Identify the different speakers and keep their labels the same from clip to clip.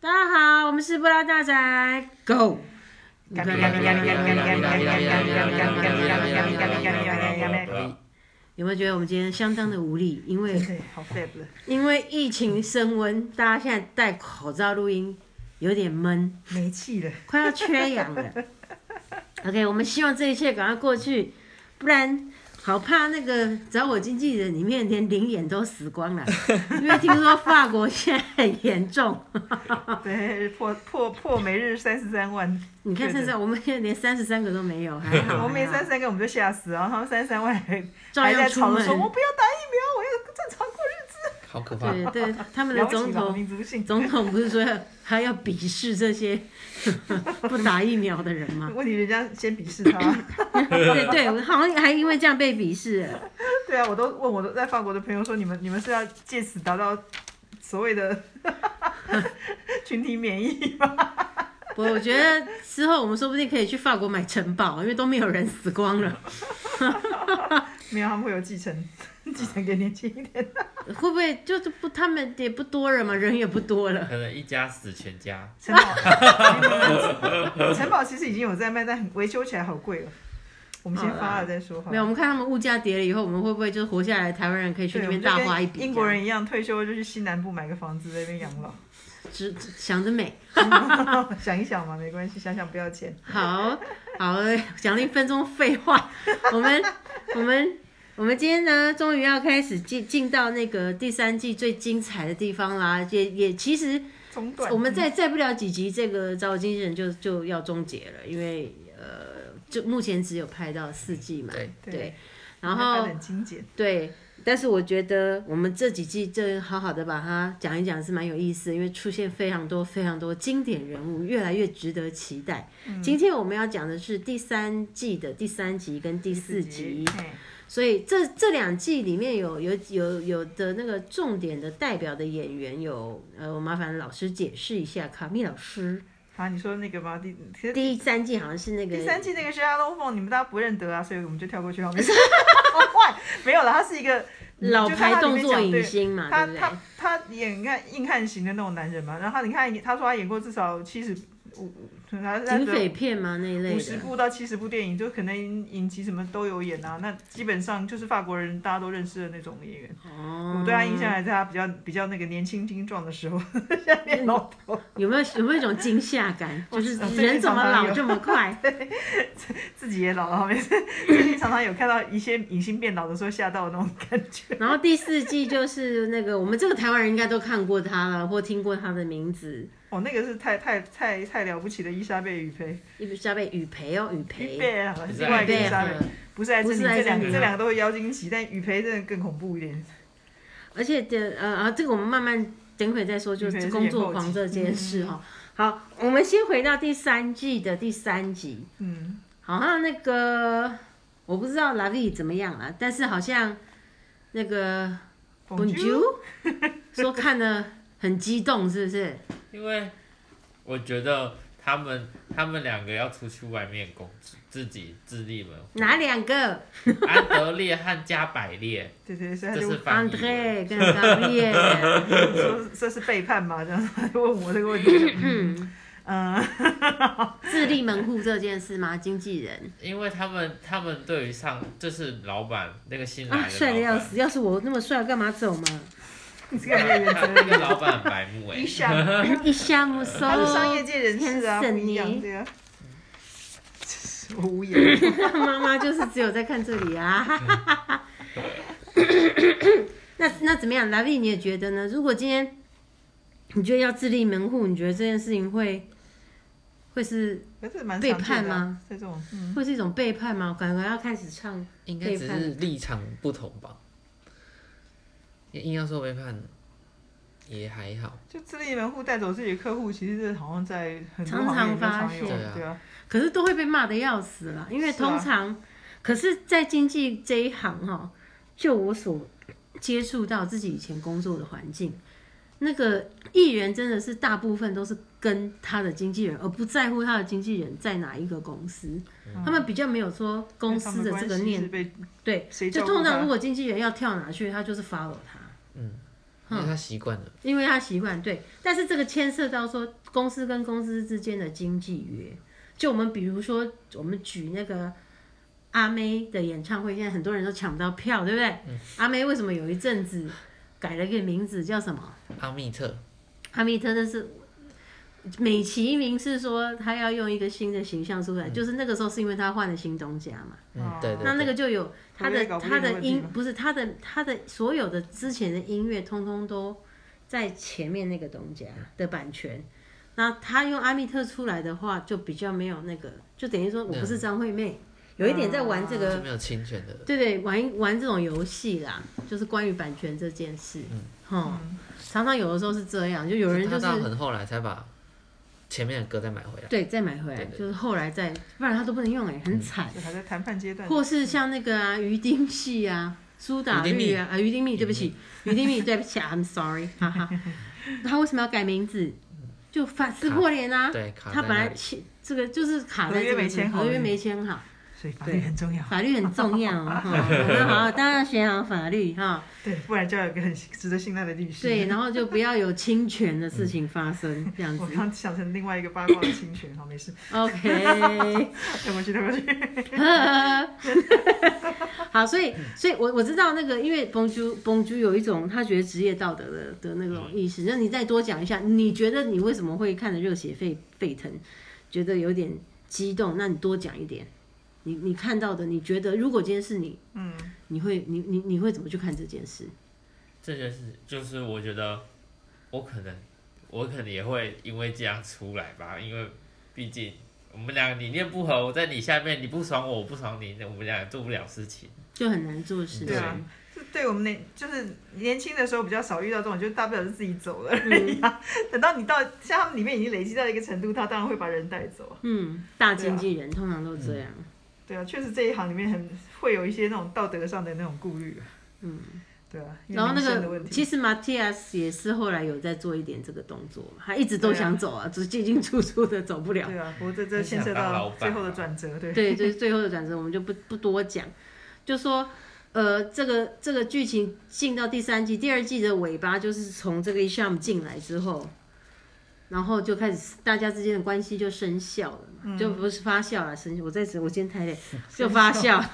Speaker 1: 大家好，我们是布拉大宅，Go！有没有觉得我们今天相当的无力？因 为
Speaker 2: 对，好 fab 了，
Speaker 1: 因为疫情升温，大家现在戴口罩录音有点闷，
Speaker 2: 没气了。
Speaker 1: 快要缺氧 了。OK，我们希望这一切赶快过去，不然好怕那个找我经纪人里面连灵眼都死光 了，因为听说法国现在很严重。
Speaker 2: 对，破破破每日三十三万，
Speaker 1: 你看现在我们现在连三十三个都没有，还好。
Speaker 2: 我们
Speaker 1: 还
Speaker 2: 没
Speaker 1: 好
Speaker 2: 三十三个我们就吓死，然后他们三十三万还
Speaker 1: 照
Speaker 2: 还
Speaker 1: 样
Speaker 2: 在
Speaker 1: 出
Speaker 2: 吵着
Speaker 1: 门
Speaker 2: 说，我不要打疫苗，我要正常过日子。
Speaker 3: 好可怕！
Speaker 1: 对对，他们的
Speaker 2: 了不
Speaker 1: 总
Speaker 2: 起吧，
Speaker 1: 统
Speaker 2: 民族性。
Speaker 1: 总统不是说要他要鄙视这些 不打疫苗的人 吗？
Speaker 2: 问题人家先鄙视他，
Speaker 1: 对对，我好像还因为这样被鄙视了。
Speaker 2: 对啊，我都问我都在法国的朋友说，你们你们是要借此达到所谓的群体免疫吗？
Speaker 1: 我我觉得之后我们说不定可以去法国买城堡，因为都没有人死光了。
Speaker 2: 没有，他们会有继承，继承给年轻一点。
Speaker 1: 会不会就是不他们也不多了嘛，人也不多了。
Speaker 3: 可能一家死全家，
Speaker 2: 城堡， 城堡其实已经有在卖，但很维修起来好贵哦。我们先发了再说哈。
Speaker 1: 没有，我们看他们物价跌了以后，我们会不会就是活下来？台湾人可以去
Speaker 2: 对，
Speaker 1: 那
Speaker 2: 我
Speaker 1: 边
Speaker 2: 们
Speaker 1: 大
Speaker 2: 就
Speaker 1: 花一
Speaker 2: 跟
Speaker 1: 笔，
Speaker 2: 英国人一样，退休就去西南部买个房子在那边养 老。
Speaker 1: 只只想得美。
Speaker 2: 想一想嘛，没关系，想想不要钱。
Speaker 1: 好好，哎讲了一分钟废话， 我们我们我们今天呢，终于要开始进进到那个第三季最精彩的地方啦。也也其实
Speaker 2: 中断。嗯
Speaker 1: 我们再再不了几集，这个找我经纪人就就要终结了，因为呃，就目前只有拍到四季嘛，
Speaker 3: 对
Speaker 2: 对
Speaker 1: 然
Speaker 2: 我们拍得
Speaker 1: 后
Speaker 2: 很精简，
Speaker 1: 对，但是我觉得我们这几季这好好的把它讲一讲是蛮有意思的，因为出现非常多非常多经典人物，越来越值得期待。
Speaker 2: 嗯
Speaker 1: 今天我们要讲的是第三季的第三集跟第四集，
Speaker 2: 嘿
Speaker 1: 所以这这两季里面有有有有的那个重点的代表的演员有，呃，我麻烦老师解释一下，卡密老师。
Speaker 2: 好，你说那个吧，第其实
Speaker 1: 第三季好像是那个
Speaker 2: 第三季那个是阿龙凤，你们大家不认得啊，所以我们就跳过去后面。 好哦坏没有了，他是一个
Speaker 1: 老牌动作影。
Speaker 2: 你就看他里面讲对
Speaker 1: 星嘛，
Speaker 2: 他
Speaker 1: 对不对？
Speaker 2: 他他演你看硬汉型的那种男人嘛，然后你看他说他演过至少七十五，他他
Speaker 1: 警匪片嘛那一类
Speaker 2: 五十
Speaker 1: 的，
Speaker 2: 部到七十部电影，就可能影集什么都有演啊。那基本上就是法国人大家都认识的那种演员。
Speaker 1: 哦
Speaker 2: 我对他印象还在他比较比较那个年轻精壮的时候， 现在变老头。
Speaker 1: 有没有有没有一种惊吓感？
Speaker 2: 我
Speaker 1: 就是
Speaker 2: 我最近
Speaker 1: 人怎么
Speaker 2: 常常
Speaker 1: 老
Speaker 2: 有
Speaker 1: 这么快？
Speaker 2: 自己也老了，每次最近常常有看到一些影星变老的时候吓到的那种感觉。
Speaker 1: 然后第四季就是那个我们这个台湾人应该都看过他了，或听过他的名字，
Speaker 2: 哦，那个是太太太太了不起的伊莎贝雨培，
Speaker 1: 伊丽莎贝雨培哦，雨培，
Speaker 2: 雨贝啊，
Speaker 3: 不是
Speaker 2: 另外一个
Speaker 3: 雨
Speaker 2: 伊
Speaker 3: 贝
Speaker 2: 莎
Speaker 3: 啊
Speaker 2: 贝，不是艾
Speaker 1: 不
Speaker 2: 珍
Speaker 1: 是
Speaker 2: 妮，
Speaker 1: 艾
Speaker 2: 这
Speaker 1: 珍
Speaker 2: 两
Speaker 1: 妮
Speaker 2: 这两个都会妖精奇，但雨培真的更恐怖一点。
Speaker 1: 而且的呃啊，这个我们慢慢等会再说，就
Speaker 2: 对
Speaker 1: 是
Speaker 2: 是
Speaker 1: 工作
Speaker 2: 演后
Speaker 1: 狂
Speaker 2: 期
Speaker 1: 这件事哈、好，我们先回到第三季的第三集，
Speaker 2: 嗯，
Speaker 1: 好像那个我不知道拉维怎么样了，但是好像那个本啾 说看的很激动，是不是？
Speaker 3: 因为我觉得他们他们两个要出去外面工作，自己自立门户。
Speaker 1: 哪两个
Speaker 3: 安德烈和加百 列，
Speaker 2: 对对，所以他
Speaker 3: 这
Speaker 2: 就是问
Speaker 3: 翻译文。
Speaker 1: ？Andre 跟 Gabriel，
Speaker 2: 说这是背叛嘛，这样他就问我这个问题。 嗯，呃
Speaker 1: 自立门户这件事吗？经纪人
Speaker 3: 因为他们他们对于上就是老板那个新
Speaker 1: 啊，
Speaker 3: 来的
Speaker 1: 帅的
Speaker 3: 老
Speaker 1: 要
Speaker 3: 板，
Speaker 1: 死，要是我那么帅，干嘛走嘛？
Speaker 2: 你这个没有原
Speaker 3: 他
Speaker 2: 则
Speaker 3: 那个老板很白目哎
Speaker 2: 一，下，
Speaker 1: 一下木收，
Speaker 2: 他是商业界人士啊，不一样对啊。 我无言。
Speaker 1: 妈妈就是只有在看这里啊。
Speaker 3: 嗯
Speaker 1: 那那怎么样，拉比你也觉得呢？如果今天你觉得要自立门户，你觉得这件事情会会是
Speaker 2: 可是蛮
Speaker 1: 背
Speaker 2: 常见
Speaker 1: 叛
Speaker 2: 的啊
Speaker 1: 吗？
Speaker 2: 这种，嗯，
Speaker 1: 会是一种背叛吗？我感觉要开始唱
Speaker 4: 应该只是立场不同吧。硬要说背叛，也还好。
Speaker 2: 就自立门户带走自己的客户，其实这好像在很多
Speaker 1: 常常
Speaker 2: 行业里面
Speaker 1: 发
Speaker 2: 常有，
Speaker 4: 现对啊
Speaker 2: 对啊。
Speaker 1: 可是都会被骂的要死了，因为
Speaker 2: 是啊
Speaker 1: 通常，可是，在经济这一行哈、哦，就我所接触到自己以前工作的环境，那个艺人真的是大部分都是跟他的经纪人，而不在乎他的经纪人在哪一个公司，
Speaker 2: 嗯
Speaker 1: 他们比较没有说公司的这个
Speaker 2: 因为他们关系是
Speaker 1: 念，
Speaker 2: 被
Speaker 1: 对，
Speaker 2: 谁
Speaker 1: 就
Speaker 2: 照顾
Speaker 1: 通常
Speaker 2: 他
Speaker 1: 如果经纪人要跳哪去，他就是 follow 他，嗯，
Speaker 4: 因为他习惯了，
Speaker 1: 因为他习惯对，但是这个牵涉到说公司跟公司之间的经纪约，就我们比如说我们举那个阿妹的演唱会，现在很多人都抢不到票，对不对？阿妹为什么有一阵子改了一个名字叫什么？
Speaker 4: 阿密特
Speaker 1: 阿密特的是美其名是说他要用一个新的形象出来，就是那个时候是因为他换了新东家嘛。
Speaker 4: 嗯对对
Speaker 1: 哦那那个就有他
Speaker 2: 口味
Speaker 1: 的
Speaker 2: 搞不定
Speaker 1: 他
Speaker 2: 的
Speaker 1: 的
Speaker 2: 问题
Speaker 1: 音
Speaker 2: 吗
Speaker 1: 不是他的他的所有的之前的音乐，通通都在前面那个东家的版权。那他用阿密特出来的话，就比较没有那个，就等于说我不
Speaker 4: 嗯
Speaker 1: 是张惠妹，有一点在玩这个
Speaker 4: 就没有侵权的，
Speaker 1: 对对，玩玩这种游戏啦，就是关于版权这件事。哦，
Speaker 2: 嗯
Speaker 1: 常常有的时候是这样，就有人就是
Speaker 4: 嗯他到很后来才把前面的歌再买回来，
Speaker 1: 对再买回来，
Speaker 4: 对对对
Speaker 1: 就是后来再，不然他都不能用哎、很惨。
Speaker 2: 就还在谈判阶段。
Speaker 1: 或是像那个啊， 于丁系啊，苏打绿啊，啊，于丁蜜，对不起，于丁蜜，对不起啊，I'm sorry，哈 哈。他为什么要改名字？就反撕破脸啊！
Speaker 4: 对，卡
Speaker 1: 他
Speaker 4: 在
Speaker 1: 本
Speaker 4: 那
Speaker 1: 来
Speaker 4: 里
Speaker 1: 签这个就是卡在
Speaker 2: 合约
Speaker 1: 这个
Speaker 2: 没签好
Speaker 1: 合约没签好，
Speaker 2: 所以法律很重要，
Speaker 1: 法律很重要哦。 哈我们好，大家学好法律哈。
Speaker 2: 对，不然就要有一个很值得信赖的律师。
Speaker 1: 对，，然后就不要有侵权的事情发生，这样子
Speaker 2: 我。刚想成另外一个八卦的侵权，好，没事，
Speaker 1: OK。
Speaker 2: 跳过去，跳过去。
Speaker 1: 好，所以，所以我我知道那个，因为봉주 봉주有一种他觉得职业道德的的那种意识。那你再多讲一下，你觉得你为什么会看得热血沸沸腾，觉得有点激动？那你多讲一点，你你看到的，你觉得如果今天是你，
Speaker 2: 嗯，
Speaker 1: 你会你你你会怎么去看这件事？
Speaker 3: 这件事就是我觉得我可能我可能也会因为这样出来吧，因为毕竟我们俩理念不合，我在你下面，你不爽我，我不爽你，那我们俩做不了事情。
Speaker 1: 就很难做事
Speaker 2: 对
Speaker 1: 情。
Speaker 2: 啊，就对我们年就是年轻的时候比较少遇到这种，就大不了就自己走了而已啊。等到你到像他们里面已经累积到一个程度，他当然会把人带走啊。
Speaker 1: 嗯，大经纪人通常都这样。
Speaker 2: 对啊，确实这一行里面很会有一些那种道德上的那种顾虑、啊。嗯，对啊，因为
Speaker 1: 然后那
Speaker 2: 民生的
Speaker 1: 个
Speaker 2: 问，题
Speaker 1: 其实 Matias 也是后来有在做一点这个动作嘛，他一直都想走啊，只是进进出出的走不了。
Speaker 2: 对啊，不过这这
Speaker 3: 你想
Speaker 2: 牵涉
Speaker 3: 当
Speaker 2: 到
Speaker 3: 老板
Speaker 2: 最后的
Speaker 3: 吧
Speaker 2: 转折，对，
Speaker 1: 对，就是最后的转折，我们就不不多讲，就说，呃，这个这个剧情进到第三季、第二季的尾巴，就是从这个 Isham 进来之后，然后就开始大家之间的关系就生效了嘛，
Speaker 4: 嗯
Speaker 1: 就不是发酵了，生我在此我今天太累，就发 酵，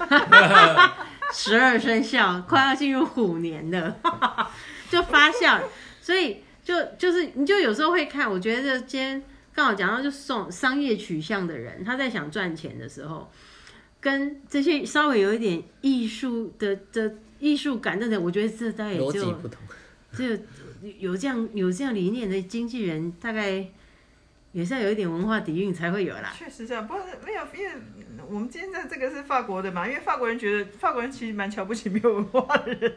Speaker 1: 十二生肖快要进入虎年了， 就发酵了，所以就就是你就有时候会看，我觉得今天。刚好讲到就是这种商业取向的人，他在想赚钱的时候，跟这些稍微有一点艺术的的艺术感的人，我觉得这大概也
Speaker 4: 逻辑
Speaker 1: 就
Speaker 4: 不同，
Speaker 1: 就有这样有这样理念的经纪人，大概也是要有一点文化底蕴才会有啦。
Speaker 2: 确实这样。不过没有，因为我们今天在这个是法国的嘛，因为法国人觉得法国人其实蛮瞧不起没有文化的人，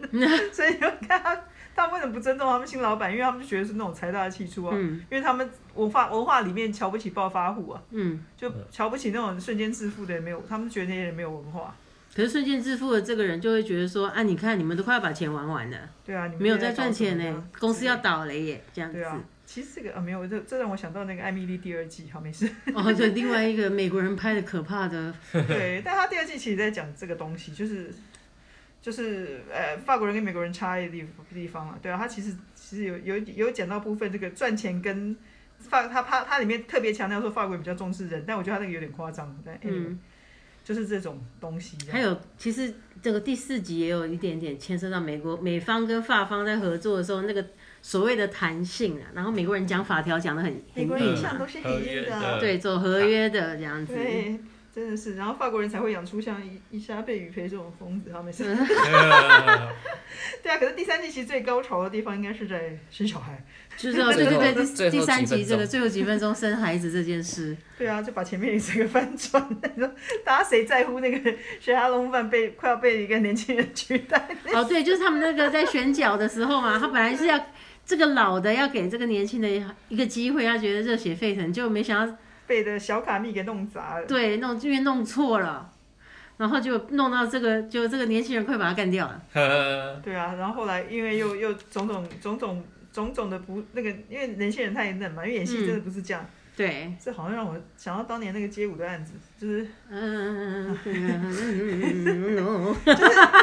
Speaker 2: 所以就看他他们为什么不尊重他们新老板，因为他们就觉得是那种财大气粗啊，
Speaker 1: 嗯
Speaker 2: 因为他们文化文化里面瞧不起暴发户啊，
Speaker 1: 嗯，
Speaker 2: 就瞧不起那种瞬间致富的人没有，他们觉得那些人没有文化。
Speaker 1: 可是瞬间致富的这个人就会觉得说，啊，你看你们都快要把钱玩完了，
Speaker 2: 对啊，你们
Speaker 1: 没有
Speaker 2: 在
Speaker 1: 在赚钱呢、
Speaker 2: 搞什么啊
Speaker 1: 公司要倒了耶，这样子
Speaker 2: 对。啊。其实这个啊没有，这这让我想到那个《艾米丽》第二季，好没事。
Speaker 1: 哦，对，另外一个美国人拍的可怕的，
Speaker 2: 对，但他第二季其实在讲这个东西，就是就是呃，法国人跟美国人差异的地地方嘛。对啊，他其实其实有有有讲到部分这个赚钱跟法，他他他里面特别强调说法国人比较重视人，但我觉得他那个有点夸张。但 anyway，、
Speaker 1: 嗯，
Speaker 2: 就是这种东西这样。
Speaker 1: 还有，其实这个第四集也有一点点牵涉到美国美方跟法方在合作的时候，那个所谓的弹性啊，然后美国人讲法条讲的很
Speaker 2: 美
Speaker 1: 很
Speaker 2: 国人一
Speaker 1: 硬
Speaker 2: 向
Speaker 1: 嘛，
Speaker 2: 都是
Speaker 3: 合
Speaker 2: 硬
Speaker 3: 约
Speaker 2: 的，
Speaker 3: 的
Speaker 1: 对，
Speaker 4: 嗯
Speaker 1: 走合约的这样子，
Speaker 2: 对，真的是。然后法国人才会养出像伊伊莎贝雨培这种疯子，他 们是。对啊，可是第三季其实最高潮的地方应该是在生小孩。
Speaker 1: 就是要 对
Speaker 4: 最后
Speaker 1: 对对，
Speaker 4: 最
Speaker 1: 第
Speaker 4: 后
Speaker 1: 第三
Speaker 4: 几分
Speaker 1: 集这个
Speaker 4: 钟
Speaker 1: 最后几分钟生孩子这件事，
Speaker 2: 对啊，就把前面整个翻转。你说 大家谁在乎那个学哈龙饭被快要被一个年轻人取代？
Speaker 1: 哦，对，就是他们那个在选角的时候嘛，他本来是要这个老的要给这个年轻的一个机会，他觉得热血沸腾，就没想到
Speaker 2: 被的小卡密给弄砸了。
Speaker 1: 对弄因为弄错了，然后就弄到这个就这个年轻人快把他干掉了。
Speaker 2: 对啊，然后后来因为又
Speaker 1: 嗯
Speaker 2: 又种种种种种种的不那个，因为年轻人太嫩嘛，因为演戏真的不是这样，
Speaker 1: 对，
Speaker 2: 这好像让我想到当年那个街舞的案子，就是
Speaker 1: 嗯嗯嗯嗯，
Speaker 2: 就是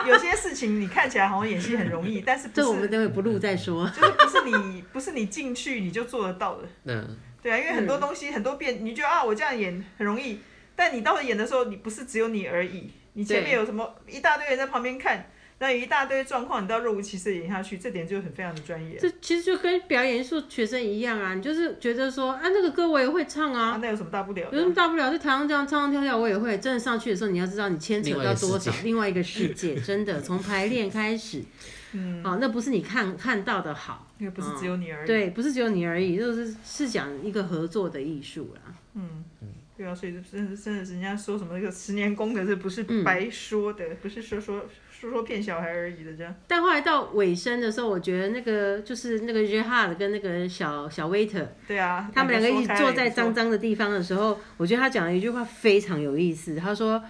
Speaker 2: 有些事情你看起来好像演戏很容易，但是不
Speaker 1: 这我们
Speaker 2: 是
Speaker 1: 等会不录再说。
Speaker 2: 就是不是你不是你进去你就做得到的，
Speaker 4: 嗯，
Speaker 2: 对啊，因为很多东西、很多变，你觉得啊我这样演很容易，但你到了演的时候，你不是只有你而已，你前面有什么一大堆人在旁边看，那有一大堆状况，你都要若无其事地演下去，这点就很非常的专业。
Speaker 1: 这其实就跟表演艺术学生一样啊，你就是觉得说啊，那个歌我也会唱
Speaker 2: 啊
Speaker 1: 啊，，
Speaker 2: 那有什么大不了
Speaker 1: 有什么
Speaker 2: 的？
Speaker 1: 大不了在台上这样唱唱跳跳，我也会。真的上去的时候，你要知道你牵扯到多少另外一个世界，真的从排练开始，
Speaker 2: 嗯，
Speaker 1: 哦，那不是你看看到的好，
Speaker 2: 因为不是只有你而已。
Speaker 1: 嗯对，不是只有你而已，就是是讲一个合作的艺术啦。
Speaker 2: 嗯，对啊，所以真的真的，人家说什么那个十年功的，这不是
Speaker 1: 嗯
Speaker 2: 白说的，不是说说说说骗小孩而已的这样。
Speaker 1: 但后来到尾声的时候，我觉得那个就是那个 j e h a d 跟那个小小 waiter，
Speaker 2: 对啊，
Speaker 1: 他们两个一起坐在脏
Speaker 2: 张
Speaker 1: 脏的地方的时候，我觉得他讲了一句话非常有意思。他说：“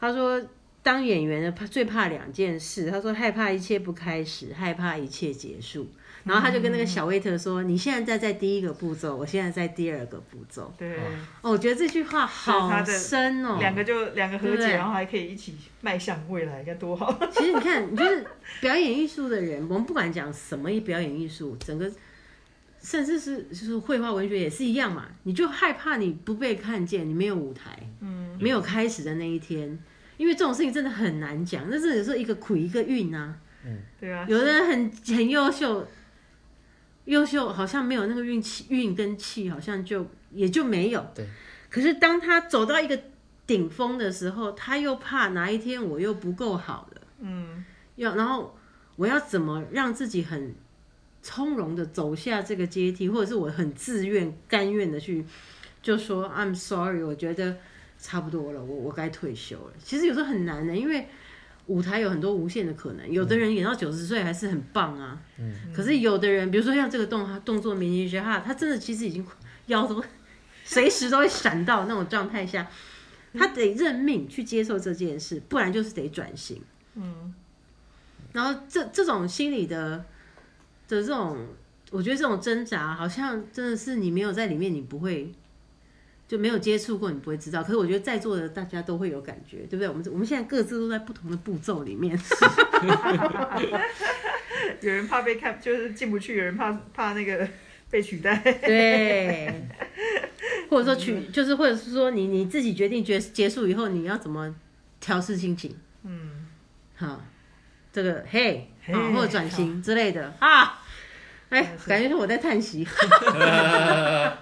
Speaker 1: 他说当演员的怕最怕两件事，他说害怕一切不开始，害怕一切结束。”然后他就跟那个小 waiter 说：“你现在在在第一个步骤，我现在在第二个步骤。
Speaker 2: 对，
Speaker 1: 哦”我觉得这句话好深哦。
Speaker 2: 两个就两个和
Speaker 1: 对不对
Speaker 2: 解，然后还可以一起迈向未来，该多好。
Speaker 1: 其实你看，你就是表演艺术的人，我们不管讲什么表演艺术，整个甚至是就是绘画、文学也是一样嘛，你就害怕你不被看见，你没有舞台，嗯，没有开始的那一天。因为这种事情真的很难讲，但是有时候一个苦一个运啊。
Speaker 2: 对啊，
Speaker 1: 有的人很很优秀，优秀好像没有那个运气，运跟气好像就也就没有。
Speaker 4: 对。
Speaker 1: 可是当他走到一个顶峰的时候，他又怕哪一天我又不够好了。
Speaker 2: 嗯，
Speaker 1: 要，然后我要怎么让自己很从容的走下这个阶梯，或者是我很自愿、甘愿的去就说 I'm sorry，我觉得差不多了，我我该退休了。其实有时候很难的、因为舞台有很多无限的可能，有的人演到九十岁还是很棒啊，嗯，可是有的人，比如说像这个动动作明星学哈，他真的其实已经腰都随时都会闪到那种状态下。他得认命去接受这件事，不然就是得转型。然后这这种心理的的这种，我觉得这种挣扎，好像真的是你没有在里面，你不会就没有接触过，你不会知道。可是我觉得在座的大家都会有感觉，对不对？我们我们现在各自都在不同的步骤里面，
Speaker 2: 有人怕被看，就是进不去；有人怕怕那个 被取代。
Speaker 1: 对， 或者说去，就是或者是说你你自己决定结结束以后，你要怎么调试心情，
Speaker 2: 嗯，
Speaker 1: 好，这个嘿，
Speaker 2: 嘿
Speaker 1: 啊，或者转型之类的啊。哎，感觉是我在叹息。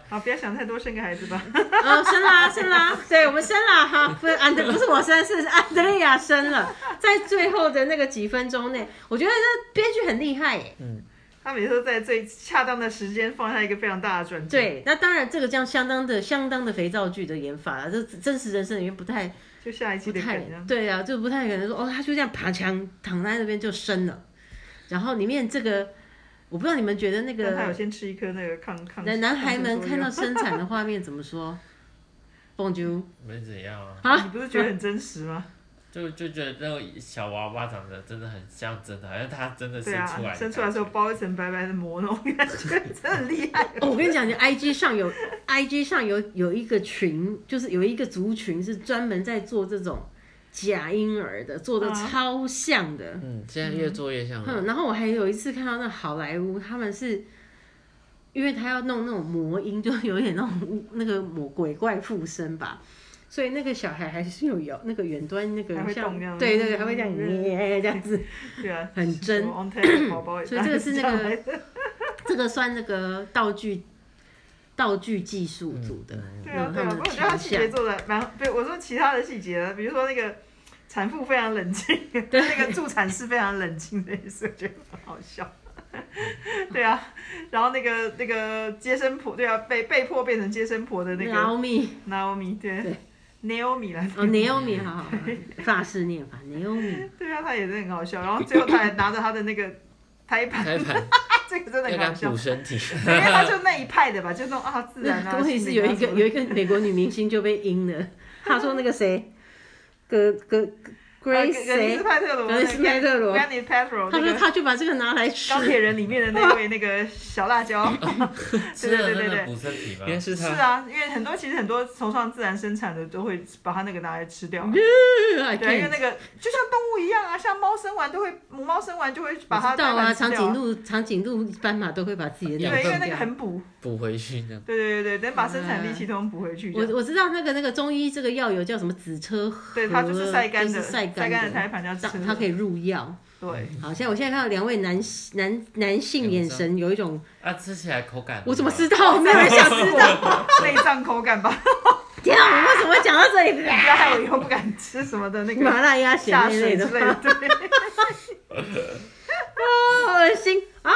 Speaker 2: 好，不要想太多，生个孩子吧。
Speaker 1: 哦，生啦生啦， 对我们生啦哈，不是安德不是我生，是安德利亚生了，在最后的那个几分钟内，我觉得这编剧很厉害耶。
Speaker 2: 他每次都在最恰当的时间放下一个非常大的转折，
Speaker 1: 对，那当然这个这样相当的相当的肥皂剧的演法啦，这真实人生里面不太
Speaker 2: 就下一期
Speaker 1: 不
Speaker 2: 的
Speaker 1: 太
Speaker 2: 梗这样。
Speaker 1: 对啊，就不太可能说哦，他就这样爬墙躺在那边就生了，然后里面这个我不知道你们觉得那
Speaker 2: 但他有
Speaker 1: 个
Speaker 2: 先吃一颗那个抗抗。
Speaker 1: 男男孩们
Speaker 2: 抗生素
Speaker 1: 看
Speaker 2: 药
Speaker 1: 到生产的画面怎么说？Bonjour，
Speaker 3: 没怎样啊，
Speaker 1: 啊
Speaker 2: 你不是觉得很真实 吗？
Speaker 3: 就就觉得那个小娃娃长得真的很像真的，好像他真的生
Speaker 2: 对
Speaker 3: 出来，
Speaker 2: 啊，生出来的时候，包一层白白的膜那种感觉， 真的很厉害。
Speaker 1: 哦，我跟你讲，你 IG 上有 IG 上有有一个群，就是有一个族群是专门在做这种假婴儿的，做的
Speaker 2: 啊
Speaker 1: 超像的。
Speaker 4: 嗯，现在越做越像了。
Speaker 1: 嗯，然后我还有一次看到那好莱坞，他们是因为他要弄那种魔音，就有点那种那个魔鬼怪附身吧，所以那个小孩还是有摇那个远端那个
Speaker 2: 还会
Speaker 1: 像
Speaker 2: 动这样
Speaker 1: 对对对，还会这样
Speaker 2: 嗯
Speaker 1: 耶这样子，
Speaker 2: 对啊，
Speaker 1: 很真
Speaker 2: 什么 on time 宝宝也
Speaker 1: 所以这个是那
Speaker 2: 大概
Speaker 1: 个
Speaker 2: 这样来的
Speaker 1: 这个算那个道具道具技术组的。
Speaker 2: 对啊
Speaker 1: 嗯他
Speaker 2: 对啊，
Speaker 1: 们
Speaker 2: 不
Speaker 1: 的
Speaker 2: 过我觉得他
Speaker 1: 倾
Speaker 2: 细节
Speaker 1: 向
Speaker 2: 做的蛮，对我说其他的细节啊，比如说那个产妇非常冷静， 那个助产士非常冷静这一次，我觉得很好笑。 对啊，然后那个那个接生婆，对啊，被被迫变成接生婆的那个
Speaker 1: Naomi
Speaker 2: Naomi，对
Speaker 1: 对
Speaker 2: Naomi 啦，
Speaker 1: 哦，Naomi，好好，好法式念法，Naomi。
Speaker 2: 对啊，他也是很好笑。然后最后他还拿着他的那个胎盘，
Speaker 4: 开盘
Speaker 2: 这个真的
Speaker 1: 嗯
Speaker 2: 很
Speaker 4: 要给他
Speaker 2: 好笑
Speaker 4: 补。身体，
Speaker 2: 因为他就那一派的吧，就那种啊自 然啊。
Speaker 1: 我也是有一个
Speaker 2: 啊
Speaker 1: 有一个美国女明星就被阴了，她说那个谁，葛葛 Grace
Speaker 2: 格尼
Speaker 1: 谁
Speaker 2: 斯？派特罗，
Speaker 1: 格尼斯派特罗
Speaker 2: g r a n i Petro，
Speaker 1: 他
Speaker 2: 那
Speaker 1: 说
Speaker 2: 个
Speaker 1: 他就把这个拿来吃，
Speaker 2: 钢铁人里面的那位那个小辣椒。
Speaker 3: 吃了
Speaker 2: 对对
Speaker 3: 真的
Speaker 2: 对
Speaker 3: 补身体吗
Speaker 4: 原？来 是
Speaker 2: 是
Speaker 4: 他，
Speaker 2: 啊，因为很多其实很多崇尚自然生产的都会把它那个拿来吃掉。
Speaker 1: I
Speaker 2: 对啊，因为
Speaker 1: can't
Speaker 2: 那个就像动物一样啊，像猫生完都会母猫生完就会把
Speaker 1: 我
Speaker 2: 它
Speaker 1: 知道
Speaker 2: 带
Speaker 1: 啊，
Speaker 2: 来吃
Speaker 1: 长
Speaker 2: 掉
Speaker 1: 颈鹿、长颈鹿、斑马都会把自己的
Speaker 4: 对
Speaker 1: 鸟
Speaker 2: 对，因为
Speaker 1: 吃
Speaker 2: 那个
Speaker 1: 掉
Speaker 2: 很补，
Speaker 4: 补回去这样。
Speaker 2: 对对对对，等把生产力系统补回去这样。
Speaker 1: 我我知道那个那个中医这个药油叫什么紫车核，
Speaker 2: 对，它就是晒干的，
Speaker 1: 就是晒
Speaker 2: 干的胎盘要吃
Speaker 1: 它。它可以入药。
Speaker 2: 对，
Speaker 1: 好，现在我现在看到两位男男男性眼神有一种，
Speaker 3: 啊，吃起来口感
Speaker 1: 我怎么
Speaker 3: 好
Speaker 1: 知道？没有人想知 道。
Speaker 2: 道内脏口感吧？
Speaker 1: 天啊，我们为什么会讲到这里
Speaker 2: 不？要害我以后不敢吃什么的那个
Speaker 1: 麻辣鸭血
Speaker 2: 下
Speaker 1: 那类
Speaker 2: 水之
Speaker 1: 的
Speaker 2: 类
Speaker 1: 话，
Speaker 2: 的。对，
Speaker 1: 好恶心啊！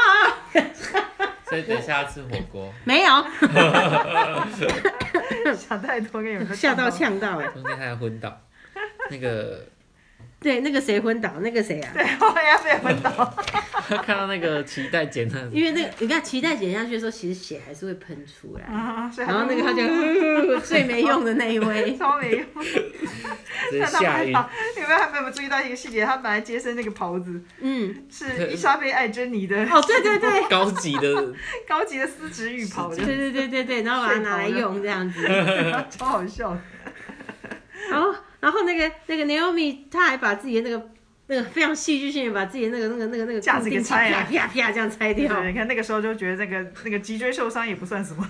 Speaker 3: 所以等一下要吃火锅，
Speaker 1: 没有，
Speaker 2: 想太多跟有人
Speaker 1: 吓到。呛到哎。
Speaker 4: 中间还昏倒， 那个
Speaker 1: 对，那个谁昏倒，那个谁啊？
Speaker 2: 对， 后来要被闻到。
Speaker 4: 看到那个脐带剪了，
Speaker 1: 因为那个你看脐带剪下去的时候，其实血还是会喷出来。
Speaker 2: 啊 所以
Speaker 1: 然后那个他就、 呃最没用的那一位，
Speaker 2: 超没用。
Speaker 4: 直接
Speaker 2: 但他
Speaker 4: 吓
Speaker 2: 们
Speaker 4: 晕。
Speaker 2: 还有没有还没有注意到一个细节？他本来接生那个袍子
Speaker 1: 嗯，
Speaker 2: 是伊莎贝艾珍妮的
Speaker 1: 哦，对对对，
Speaker 4: 高级的
Speaker 2: 高级的丝质浴袍，
Speaker 1: 对对对对对，然后把它拿来用这样子，
Speaker 2: 嗯 超好笑的。
Speaker 1: 然后然后那个那个 Naomi 她还把自己的那个那个非常戏剧性的把自己的那个那个那个那个
Speaker 2: 架子
Speaker 1: 固
Speaker 2: 给
Speaker 1: 定器
Speaker 2: 拆
Speaker 1: 啪
Speaker 2: 了
Speaker 1: 啪啪这样拆
Speaker 2: 对
Speaker 1: 掉，
Speaker 2: 对，你看那个时候就觉得那个那个脊椎受伤也不算什么，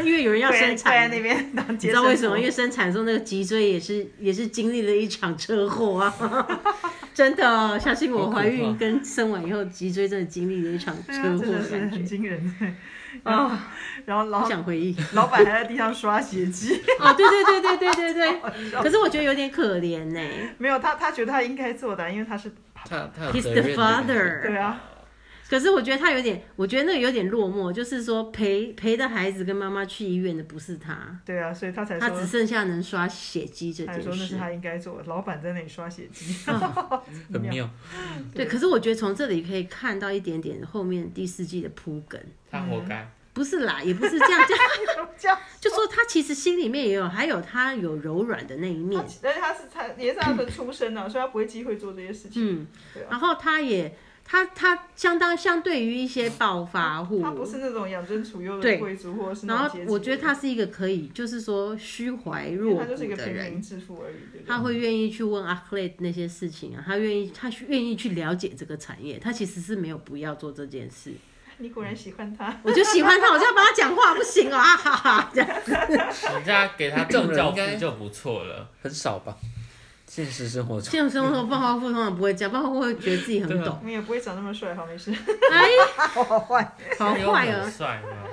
Speaker 1: 因为有人要
Speaker 2: 跪在
Speaker 1: 啊生
Speaker 2: 跪在
Speaker 1: 产。
Speaker 2: 那边当
Speaker 1: 你
Speaker 2: 接
Speaker 1: 知道
Speaker 2: 生婆。
Speaker 1: 为什
Speaker 4: 哦
Speaker 1: 么？因为生产的时候那个脊椎也是也是经历了一场车祸啊， 真的哦、相信
Speaker 4: 好
Speaker 1: 我，
Speaker 4: 可怕
Speaker 1: 怀孕跟生完以后，脊椎真的经历了一场
Speaker 2: 对啊，
Speaker 1: 车
Speaker 2: 真
Speaker 1: 祸
Speaker 2: 的
Speaker 1: 的
Speaker 2: 是
Speaker 1: 感
Speaker 2: 很
Speaker 1: 觉
Speaker 2: 惊人。
Speaker 1: 啊，
Speaker 2: 然后
Speaker 1: 不
Speaker 2: 老
Speaker 1: 想回忆
Speaker 2: 老板还在地上刷血迹，
Speaker 1: 啊，对对对对对对对，
Speaker 2: 好笑
Speaker 1: 可是我觉得有点可怜呢、
Speaker 2: 没有他他觉得他应该做的啊，因为他是
Speaker 4: 他他有
Speaker 1: He's
Speaker 4: 责
Speaker 1: the
Speaker 4: 任感
Speaker 1: father。
Speaker 2: 对啊，
Speaker 1: 可是我觉得他有点，我觉得那个有点落寞，就是说陪陪着孩子跟妈妈去医院的不是他，
Speaker 2: 对啊，所以他才
Speaker 1: 他只
Speaker 2: 说
Speaker 1: 剩下能刷血迹这
Speaker 2: 他才说
Speaker 1: 件
Speaker 2: 那是
Speaker 1: 事。
Speaker 2: 他应该做的，老板在那里刷血 迹，
Speaker 4: 很妙。
Speaker 1: 对，可是我觉得从这里可以看到一点点后面第四季的铺梗，
Speaker 3: 他
Speaker 2: 嗯
Speaker 3: 活该。
Speaker 1: 不是啦，也不是这样，这样
Speaker 2: 这样。
Speaker 1: 就说他其实心里面也有，还有他有柔软的那一面
Speaker 2: 他，而且他是他也是他的出身啊，所以他不会忌讳做这些事情。
Speaker 1: 嗯
Speaker 2: 对，啊
Speaker 1: 然后他也他他相当相对于一些暴发户，
Speaker 2: 他不是那种养尊处优的
Speaker 1: 对
Speaker 2: 贵族，或者是
Speaker 1: 然
Speaker 2: 那
Speaker 1: 后
Speaker 2: 种阶级的
Speaker 1: 我觉得他是一个可以，就是说虚怀
Speaker 2: 因为
Speaker 1: 若
Speaker 2: 他
Speaker 1: 谷
Speaker 2: 就是一个
Speaker 1: 的
Speaker 2: 平
Speaker 1: 人，
Speaker 2: 民致富而已，对不对？啊
Speaker 1: 他会愿意去问阿克雷那些事情啊，他愿意，他愿意去了解这个产业，他其实是没有不要做这件事。
Speaker 2: 你果然喜欢他，
Speaker 1: 我就喜欢他，我就要帮他讲话，不行哦啊哈哈，这样
Speaker 3: 人家给他
Speaker 4: 这种
Speaker 3: 当
Speaker 4: 人
Speaker 3: 教
Speaker 4: 应该
Speaker 3: 父就不错了，
Speaker 4: 很少吧？现实生活中，
Speaker 1: 这种生活暴发户通常不会这样，暴发户会觉得自己很
Speaker 4: 对啊
Speaker 1: 懂，
Speaker 2: 我们也不会长那么帅，好没事。
Speaker 1: 哎，
Speaker 2: 好坏，啊
Speaker 1: 好
Speaker 3: 他有
Speaker 1: 坏
Speaker 3: 很
Speaker 1: 哦，
Speaker 3: 帅吗？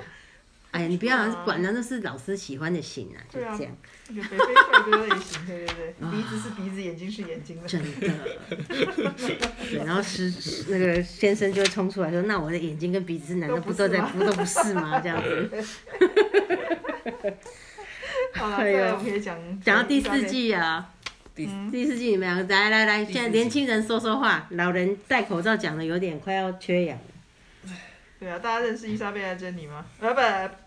Speaker 1: 哎呀，你不要
Speaker 2: 是啊
Speaker 1: 管他，那是老师喜欢的型啊，就
Speaker 2: 对啊
Speaker 1: 这样，
Speaker 2: 那个肥肥瘦瘦的类型，对对对，鼻子是鼻子，眼睛是眼睛的。
Speaker 1: 啊真的。 对，然后师那个先生就会冲出来说：“那我的眼睛跟鼻子难道不都在
Speaker 2: 都
Speaker 1: 不都不是吗？”这样子。
Speaker 2: 好了，
Speaker 1: 哎
Speaker 2: 再
Speaker 1: 呦
Speaker 2: 来我们可以讲
Speaker 1: 讲到第四，季啊，
Speaker 4: 第
Speaker 2: 嗯
Speaker 1: 第四季你们两个来来来，现在年轻人说说话，老人戴口罩讲的有点快要缺氧了。
Speaker 2: 对啊，大家认识伊莎贝艾珍妮吗？呃，不，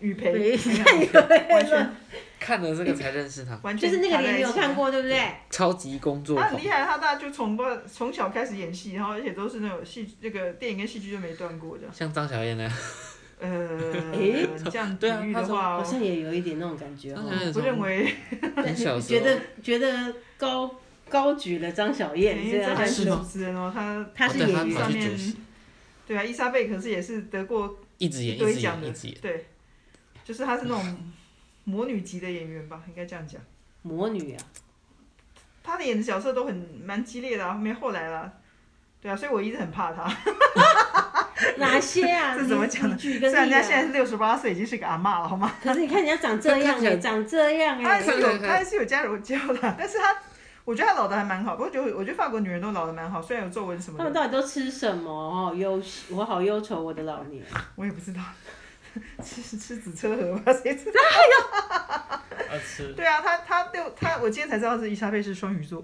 Speaker 2: 雨培，
Speaker 1: 对
Speaker 2: 完全
Speaker 4: 看了这个才认识他，
Speaker 2: 完
Speaker 1: 就
Speaker 2: 全
Speaker 1: 是那个
Speaker 2: 卡在
Speaker 1: 脸
Speaker 2: 一
Speaker 1: 你
Speaker 2: 起
Speaker 1: 有看。过对不对？
Speaker 4: 超级工作
Speaker 2: 他很
Speaker 4: 狂
Speaker 2: 厉，害，他大家就从不从小开始演戏，然后而且都是那种戏，那个电影跟戏剧就没断过这样。
Speaker 4: 像张小燕那样，
Speaker 2: 呃，
Speaker 1: 诶
Speaker 2: 这样比
Speaker 4: 对啊
Speaker 2: 喻
Speaker 4: 他
Speaker 2: 的
Speaker 4: 从
Speaker 2: 话，
Speaker 1: 好
Speaker 2: 我
Speaker 1: 像也有一点那种感觉
Speaker 4: 张
Speaker 1: 哦
Speaker 4: 小。燕
Speaker 2: 不认
Speaker 4: 从
Speaker 2: 为
Speaker 4: 很小时
Speaker 1: 觉
Speaker 4: 候
Speaker 1: 得觉得高高举了张小燕，
Speaker 2: 因
Speaker 1: 这
Speaker 2: 为这
Speaker 1: 样说
Speaker 2: 还哎是主持人哦，他
Speaker 1: 她
Speaker 4: 啊哦
Speaker 1: 是
Speaker 4: 对
Speaker 1: 演
Speaker 4: 她跑
Speaker 1: 员
Speaker 2: 上
Speaker 4: 去
Speaker 2: 面
Speaker 4: 主持，
Speaker 2: 对啊，伊莎贝可是也是得过
Speaker 4: 一直
Speaker 2: 一
Speaker 4: 演，一
Speaker 2: 堆
Speaker 4: 直
Speaker 2: 奖
Speaker 4: 演，
Speaker 2: 的
Speaker 4: 一直演，，
Speaker 2: 对，就是她是那种魔女级的演员吧，应该这样讲。
Speaker 1: 魔女啊，
Speaker 2: 她的演的角色都很蛮激烈的、啊，后面后来啦，对啊，所以我一直很怕她。
Speaker 1: 哪些啊？
Speaker 2: 这怎么讲呢
Speaker 1: 你举个
Speaker 2: 虽然人
Speaker 1: 例
Speaker 2: 家现
Speaker 1: 啊。
Speaker 2: 在是六十八岁，已经是个阿嬷了，好吗？
Speaker 1: 可是你看人家长这
Speaker 4: 看起来
Speaker 1: 样，长这样
Speaker 2: 她
Speaker 1: 哎
Speaker 2: 还，是
Speaker 4: 看
Speaker 2: 有，
Speaker 4: 看
Speaker 2: 她还是有加柔胶的， 但是她，我觉得她老的还蛮好。不过我觉得，我觉得法国女人都老的蛮好，虽然有皱纹什
Speaker 1: 他
Speaker 2: 么
Speaker 1: 们
Speaker 2: 的，
Speaker 1: 到底都吃什么？哦，忧，我好忧愁我的老年。
Speaker 2: 我也不知道。 吃吃紫车河吧，谁知道？
Speaker 3: 要吃
Speaker 2: 对啊，她她六她，我今天才知道是伊莎贝是双鱼座。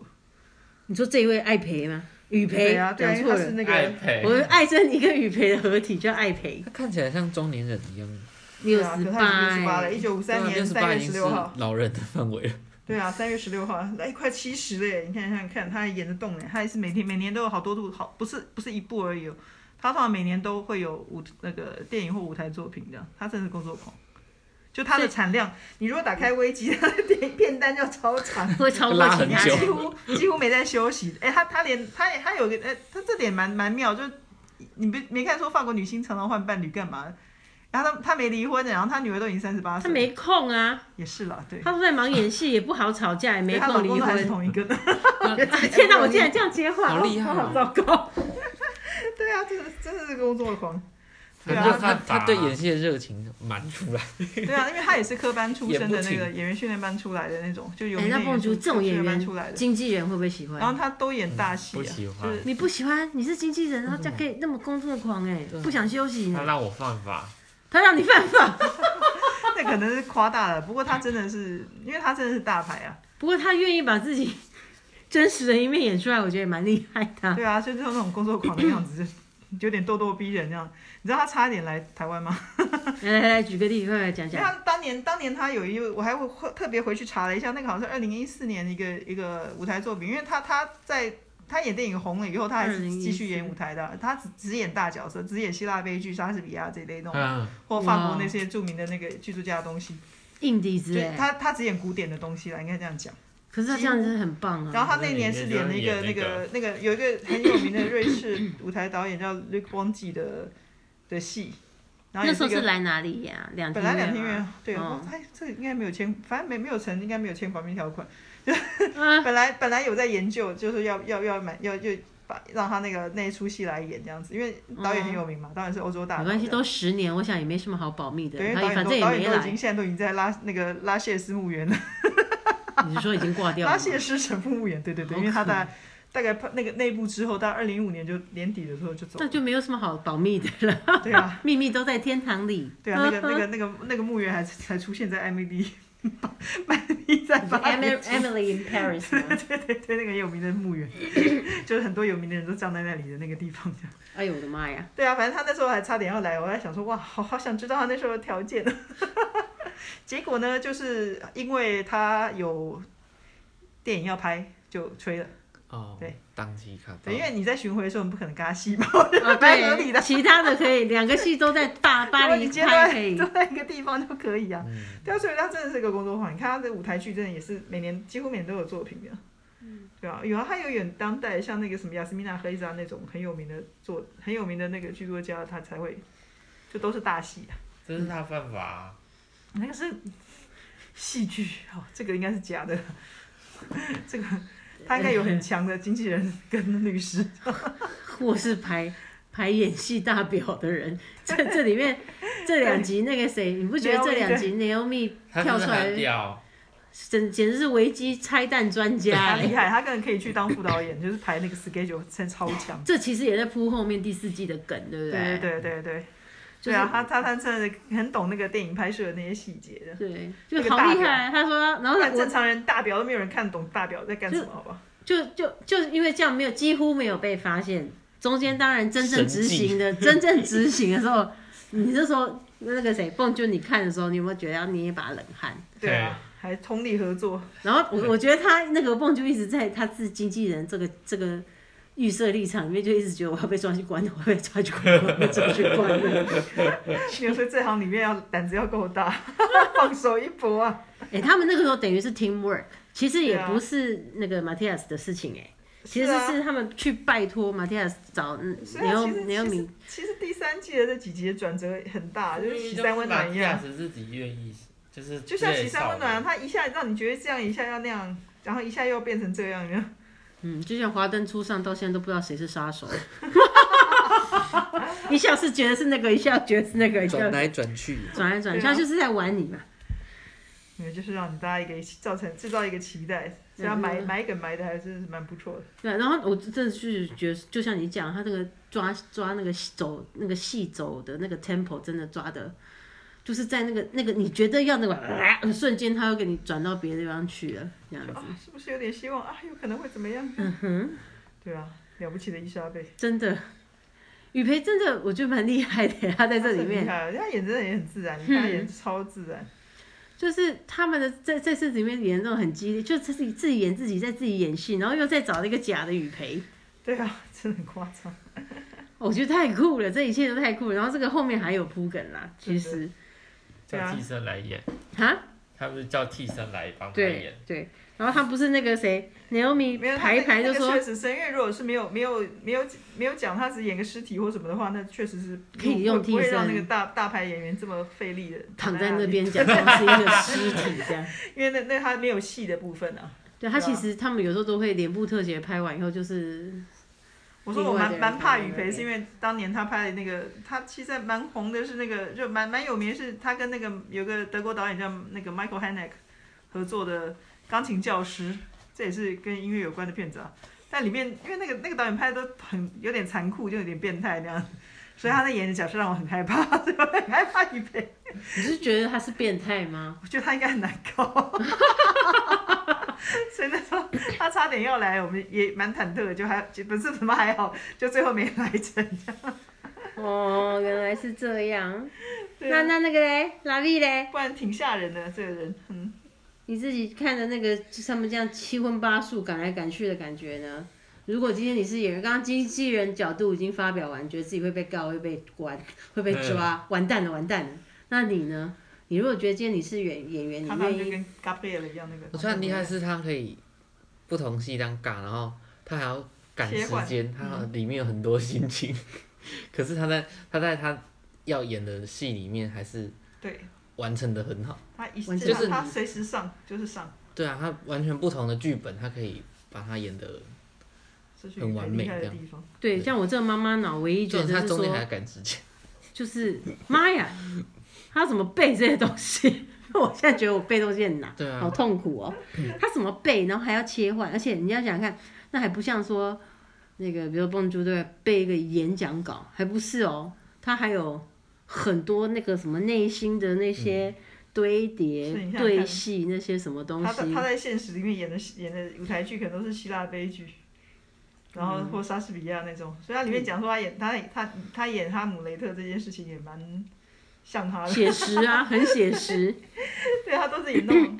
Speaker 1: 你说这一位艾培吗？雨培
Speaker 2: 对啊，对啊，
Speaker 1: 讲
Speaker 2: 因
Speaker 1: 错
Speaker 2: 为她是
Speaker 1: 了。
Speaker 2: 那
Speaker 3: 爱
Speaker 2: 个
Speaker 3: 培
Speaker 1: 我，们艾珍妮跟雨培的合体叫艾培，
Speaker 4: 他看起来像中年人一样，
Speaker 1: 六
Speaker 2: 对啊
Speaker 1: 十
Speaker 2: 可是他已经六十八
Speaker 1: 八哎
Speaker 2: 了，一九五三
Speaker 4: 六
Speaker 2: 年
Speaker 4: 十
Speaker 2: 三
Speaker 4: 八
Speaker 2: 月
Speaker 4: 已经
Speaker 2: 十
Speaker 4: 是
Speaker 2: 六号。
Speaker 4: 老人的范围了，
Speaker 2: 对啊，三月十六号，哎，快七十了耶！你看看看，他还演得动呢，他也是每天每年都有好多部，好不是不是一部而已、哦，他通常每年都会有舞那个电影或舞台作品这样，他真的是工作狂。就他的产量，你如果打开微机，他的电片单要超长，
Speaker 1: 会超过
Speaker 4: 拉
Speaker 1: 其
Speaker 4: 很
Speaker 1: 他
Speaker 2: 他
Speaker 4: 久
Speaker 2: 几
Speaker 1: 人。
Speaker 2: 乎几乎没在休息。哎、他他连他也他有个哎、他这点蛮蛮妙，就是你没没看说法国女星常常换伴侣干嘛？然后他他没离婚的，然后他女儿都已经三十八
Speaker 1: 他
Speaker 2: 岁了，
Speaker 1: 没空啊，
Speaker 2: 也是啦，对，
Speaker 1: 他都在忙演戏，也不好吵架，也没
Speaker 2: 对她老
Speaker 1: 空离
Speaker 2: 公都还是
Speaker 1: 婚。啊
Speaker 2: 同一个。
Speaker 1: 天哪，我竟然这样接话，
Speaker 4: 好厉害
Speaker 1: 我
Speaker 4: 哦
Speaker 1: 好糟糕。
Speaker 2: 对啊，这个真的是工作狂。
Speaker 4: 可
Speaker 2: 对啊
Speaker 4: 是他
Speaker 3: 没办法
Speaker 4: 他对演戏的热情蛮出来，
Speaker 2: 对啊，因为他也是科班出身的那
Speaker 4: 也不
Speaker 2: 个演员训练班出来的那种，就有
Speaker 1: 哎，
Speaker 2: 名的
Speaker 1: 那
Speaker 2: 演
Speaker 1: 凤
Speaker 2: 员
Speaker 1: 竹这种
Speaker 2: 训
Speaker 1: 演
Speaker 2: 练班
Speaker 1: 员
Speaker 2: 出来，的。
Speaker 1: 经纪人会不会喜欢
Speaker 2: 然？后他都演大戏
Speaker 4: 嗯不
Speaker 2: 啊，
Speaker 4: 喜
Speaker 2: 就
Speaker 4: 欢
Speaker 2: 是，
Speaker 1: 你不喜欢，你是经纪人，然后这样可以那么工作狂哎、
Speaker 4: 对啊
Speaker 1: 不想休息
Speaker 3: 他
Speaker 1: 呢，
Speaker 3: 让我犯法，
Speaker 1: 他让你犯法。
Speaker 2: 那可能是夸大了。不过他真的是，因为他真的是大牌啊，
Speaker 1: 不过他愿意把自己真实的一面演出来，我觉得也蛮厉害的 啊。
Speaker 2: 对啊，所以就是那种工作狂的样子，就有点咄咄逼人这样。你知道他差一点来台湾吗？
Speaker 1: 来来来，举个例子，快来讲
Speaker 2: 因为
Speaker 1: 讲。
Speaker 2: 他当年当年他有一位，我还会会特别回去查了一下，那个好像是二零一四年的一个一个舞台作品，因为他他在他演电影红了以后，他还是
Speaker 1: 2014
Speaker 2: 继续演舞台的，他只只演大角色，只演希腊悲剧、莎士比亚这类那种，
Speaker 4: 嗯，
Speaker 2: 或法国
Speaker 1: 哇
Speaker 2: 那些著名的那个剧作家的东西，
Speaker 1: 硬底
Speaker 2: 就
Speaker 1: 子哎、
Speaker 2: 他他只演古典的东西啦，应该这样讲。
Speaker 1: 可是他这样子很棒
Speaker 2: 然
Speaker 1: 啊。
Speaker 2: 后他那年是演了一个
Speaker 3: 那
Speaker 2: 那
Speaker 3: 里面就
Speaker 2: 个那个有一个很有名的瑞士舞台导演叫 Luc Bonti 的的戏，然后
Speaker 1: 那
Speaker 2: 也
Speaker 1: 时
Speaker 2: 是
Speaker 1: 候
Speaker 2: 一个
Speaker 1: 是来哪里演啊？两
Speaker 2: 本来两
Speaker 1: 天
Speaker 2: 天
Speaker 1: 院
Speaker 2: 院
Speaker 1: 吗。
Speaker 2: 对，我
Speaker 1: 嗯
Speaker 2: 哎，这个应该没有签，反正没没有成，应该没有签保密条款。
Speaker 1: 啊，
Speaker 2: 本来本来有在研究，就是要要要买要就把让他那个那一出戏来演这样子，因为导演很有名嘛，导演是欧洲
Speaker 1: 嗯
Speaker 2: 大
Speaker 1: 啊没
Speaker 2: 导
Speaker 1: 关系，
Speaker 2: 这样。
Speaker 1: 都十年，我想也没什么好保密的
Speaker 2: 对，。因
Speaker 1: 他
Speaker 2: 为
Speaker 1: 也
Speaker 2: 导
Speaker 1: 反
Speaker 2: 演
Speaker 1: 正
Speaker 2: 都
Speaker 1: 也
Speaker 2: 导
Speaker 1: 没
Speaker 2: 演都已
Speaker 1: 来
Speaker 2: 经。现在都已经在拉那个拉谢斯墓园了，
Speaker 1: 你是说已经挂掉了
Speaker 2: 拉
Speaker 1: 吗？
Speaker 2: 谢斯神父墓园，对对对，
Speaker 1: 好
Speaker 2: 因为他
Speaker 1: 可
Speaker 2: 大大概那个内部之后，到二零一五年就年底的时候就走
Speaker 1: 那
Speaker 2: 了，
Speaker 1: 就没有什么好保密的了，
Speaker 2: 对啊，
Speaker 1: 秘密都在天堂里。
Speaker 2: 对啊，那个 那个那个那个墓园还才出现在艾米丽， 艾米丽在巴黎
Speaker 1: Emily Emily in Paris 吗？
Speaker 2: 对对，那个很有名的墓 园，就是很多有名的人都葬在那里的那个地方。
Speaker 1: 哎呦我的妈呀！
Speaker 2: 对啊，反正他那时候还差点要来，我还想说哇，好好想知道他那时候的条件。 结果呢，就是因为他有电影要拍，就吹了。
Speaker 4: 哦，
Speaker 2: 对，
Speaker 4: 档期卡到
Speaker 2: 对，，因为你在巡回的时候，你不可能跟他戏嘛。
Speaker 1: 啊，
Speaker 2: 蛮合理
Speaker 1: 对，
Speaker 2: 的
Speaker 1: 其他的可以，两个戏都在大
Speaker 2: 如
Speaker 1: 巴
Speaker 2: 果
Speaker 1: 黎
Speaker 2: 你今天都
Speaker 1: 拍可
Speaker 2: 在
Speaker 1: 以
Speaker 2: 都。在一个地方就可以啊。
Speaker 4: 嗯，
Speaker 2: 对啊，所以他真的是个工作狂。你看他的舞台剧，真的也是每年几乎每年都有作品的。对啊，有啊，他有演当代像那个什么亚斯米娜·黑扎那种很有名的作，很有名的那个剧作家，他才会，就都是大戏啊。
Speaker 3: 这是他犯法、啊。
Speaker 2: 那个是戏剧哦，这个应该是假的。 这个他应该有很强的经纪人跟律师。
Speaker 1: 或是排排演戏大表的人， 这这里面这两集那个谁，你不觉得这两集 Naomi
Speaker 3: 他
Speaker 1: 跳
Speaker 3: 真
Speaker 1: 出
Speaker 3: 的
Speaker 1: 来
Speaker 3: 很，屌，
Speaker 1: 简简直是危机拆弹专家
Speaker 2: 他厉
Speaker 1: 欸！
Speaker 2: 害，他个人可以去当副导演，就是排那个 schedule，真的超强。
Speaker 1: 这其实也在铺后面第四季的梗，对不
Speaker 2: 对
Speaker 1: 对
Speaker 2: 对对对对，
Speaker 1: 就
Speaker 2: 对
Speaker 1: 是
Speaker 2: 啊，他他他真的很懂那个电影拍摄的那些细节的。
Speaker 1: 对，就好厉害。他说，然后
Speaker 2: 不
Speaker 1: 他
Speaker 2: 然正
Speaker 1: 我
Speaker 2: 常人大表都没有人看懂大表在干什么，好吧？
Speaker 1: 就就就是因为这样没有几乎没有被发现，中间当然真正执行的真正执行的时候，你这时候那个谁蹦就你看的时候，你有没有觉得你一把冷汗？
Speaker 2: 对啊，还通力合作，
Speaker 1: 然后我我觉得他那个蹦就一直在他自己经纪人这个这个预设立场里面，就一直觉得我要被抓去关了，我要被抓去关了，我要被抓去关 了。
Speaker 2: 你有说这行里面要胆子要够 大，放手一搏啊！
Speaker 1: 哎、他们那个时候等于是 teamwork，其实也
Speaker 2: 对啊
Speaker 1: 不是那个 Matthias 的事情哎、其实
Speaker 2: 是啊
Speaker 1: 是他们去拜托 Matthias 找嗯
Speaker 2: 所以
Speaker 1: 你
Speaker 2: 啊
Speaker 1: 要
Speaker 2: 其实
Speaker 1: 你要嗯
Speaker 2: 其
Speaker 1: 米
Speaker 2: 实其实第三季的这几集的转折很大，就是喜三温暖一
Speaker 3: 亚
Speaker 2: 样，
Speaker 3: 子自己愿意，就是
Speaker 2: 就像喜三温暖，啊
Speaker 3: 介绍的，
Speaker 2: 他一下让你觉得这样，一下要那样，然后一下又变成这样，然后
Speaker 1: 嗯，就像华灯初上，到现在都不知道谁是杀 手，一下是觉得是那个，一下觉得是那个，一下
Speaker 4: 转来转去，
Speaker 1: 转来转去，
Speaker 2: 对啊
Speaker 1: 他就是在玩你嘛。
Speaker 2: 没有就是让你大家一个造成制造一个期待，
Speaker 1: 嗯
Speaker 2: 所以他埋埋梗埋的还是蛮不错的。
Speaker 1: 对啊，然后我真的是觉得，就像你讲，他这个抓抓那个走那个细走的那个 tempo 真的抓的，就是在那个那个你觉得要那个、啊、瞬间，他又给你转到别的地方去了，这样子嗯
Speaker 2: 啊，是不是有点希望啊？有可能会怎么样？ 对啊，了不起的伊莎贝。
Speaker 1: 真的，雨培真的我觉得蛮厉害的，他在这里
Speaker 2: 他是很厉
Speaker 1: 面，
Speaker 2: 害，他演真的也很自然，他演超自然。
Speaker 1: 就是他们的在在这里面演那种很激烈，就自己自己演自己，在自己演戏，然后又再找了一个假的语培，
Speaker 2: 对啊， 真的很夸张。
Speaker 1: 我觉得太酷了，这一切都太酷了。然后这个后面还有铺梗啦，其实
Speaker 2: 对啊
Speaker 3: 叫替身来演，
Speaker 1: 啊，
Speaker 3: 他不是叫替身来帮他演
Speaker 1: 对，对。然后他不是那个谁，Naomi
Speaker 2: 没有
Speaker 1: 排一排就
Speaker 2: 那
Speaker 1: 说
Speaker 2: 个确实是因为如果是没有没有没有没有讲他只演个尸体或什么的话，那确实是
Speaker 1: 可以用替身
Speaker 2: 不会让那个大大牌演员这么费力的
Speaker 1: 躺在
Speaker 2: 里
Speaker 1: 那，边假装是一个尸体这样。
Speaker 2: 因为那那他没有戏的部分啊。
Speaker 1: 对他
Speaker 2: 对
Speaker 1: 其
Speaker 2: 啊
Speaker 1: 实他们有时候都会脸部特写拍完以后就是
Speaker 2: 我说我
Speaker 1: 另外的
Speaker 2: 蛮
Speaker 1: 人
Speaker 2: 蛮怕
Speaker 1: 在那
Speaker 2: 雨培，
Speaker 1: 边
Speaker 2: 是因为当年他拍的那个，他其实蛮红的是那个，就蛮蛮有名的是他跟那个有个德国导演叫那个 Michael Haneke 合作的《钢琴教师》，这也是跟音乐有关的片子啊。但里面因为那个那个导演拍的都很有点残酷，就有点变态那样，所以他那演的角色让我很害怕， 所以我很害怕雨培。
Speaker 1: 你是觉得他是变态 吗？
Speaker 2: 我觉得他应该很难搞， 所以那时候他差点要来，我们也蛮忐忑的，就还就不是什么还好，就最后没来成。
Speaker 1: 哦，原来是这样。
Speaker 2: 对啊
Speaker 1: 那那那个嘞，拉比嘞，
Speaker 2: 不然挺吓人的这个人，嗯，
Speaker 1: 你自己看着那个他们这样七荤八素赶来赶去的感觉呢？如果今天你是演员，刚刚经纪人角度已经发表完，觉得自己会被告、会被关、 会被
Speaker 4: 嗯
Speaker 1: 抓，完蛋了，完蛋了。那你呢？你如果觉得今天你是演演哎员，你
Speaker 2: 他他
Speaker 1: 愿
Speaker 2: 就
Speaker 1: 意
Speaker 2: 跟 Gabriel 一样那个。
Speaker 4: 我觉得哦很厉害，是他可以不同戏当尬，然后他还要赶时
Speaker 2: 协管
Speaker 4: 间，他里面有很多心情。 可是他在他在他要演的戏里面还是
Speaker 2: 对
Speaker 4: 完成的很好。
Speaker 2: 他一
Speaker 1: 完
Speaker 4: 全就是
Speaker 2: 他他随时上就是上，
Speaker 4: 对啊，他完全不同的剧本，他可以把它演的，
Speaker 2: 这是
Speaker 4: 很
Speaker 2: 雨
Speaker 4: 完
Speaker 2: 培
Speaker 4: 美
Speaker 2: 厉害
Speaker 4: 这
Speaker 2: 的
Speaker 4: 样
Speaker 2: 地方。
Speaker 1: 对像我这个妈妈脑，唯一觉
Speaker 4: 就
Speaker 1: 得
Speaker 4: 是他
Speaker 1: 是
Speaker 4: 中间
Speaker 1: 说
Speaker 4: 还要赶时间。
Speaker 1: 就是妈呀，他怎么背这些东西？ 我现在觉得我背东西很难，
Speaker 4: 对啊
Speaker 1: 好痛苦哦。他怎么背，然后还要切换，而且你要想想看，那还不像说那个，比如说蹦珠对吧背一个演讲稿，还不是哦，他还有很多那个什么内心的那些堆叠、
Speaker 2: 是你想
Speaker 1: 对
Speaker 2: 看
Speaker 1: 戏那些什么东
Speaker 2: 他在
Speaker 1: 西
Speaker 2: 他。在现实里面演的演的舞台剧可能都是希腊悲剧，然
Speaker 1: 嗯
Speaker 2: 后或莎士比亚那种，所以他里面讲说他演他他他演哈姆雷特这件事情也蛮像他的，
Speaker 1: 写实啊，很写实。
Speaker 2: 对他都是演那 种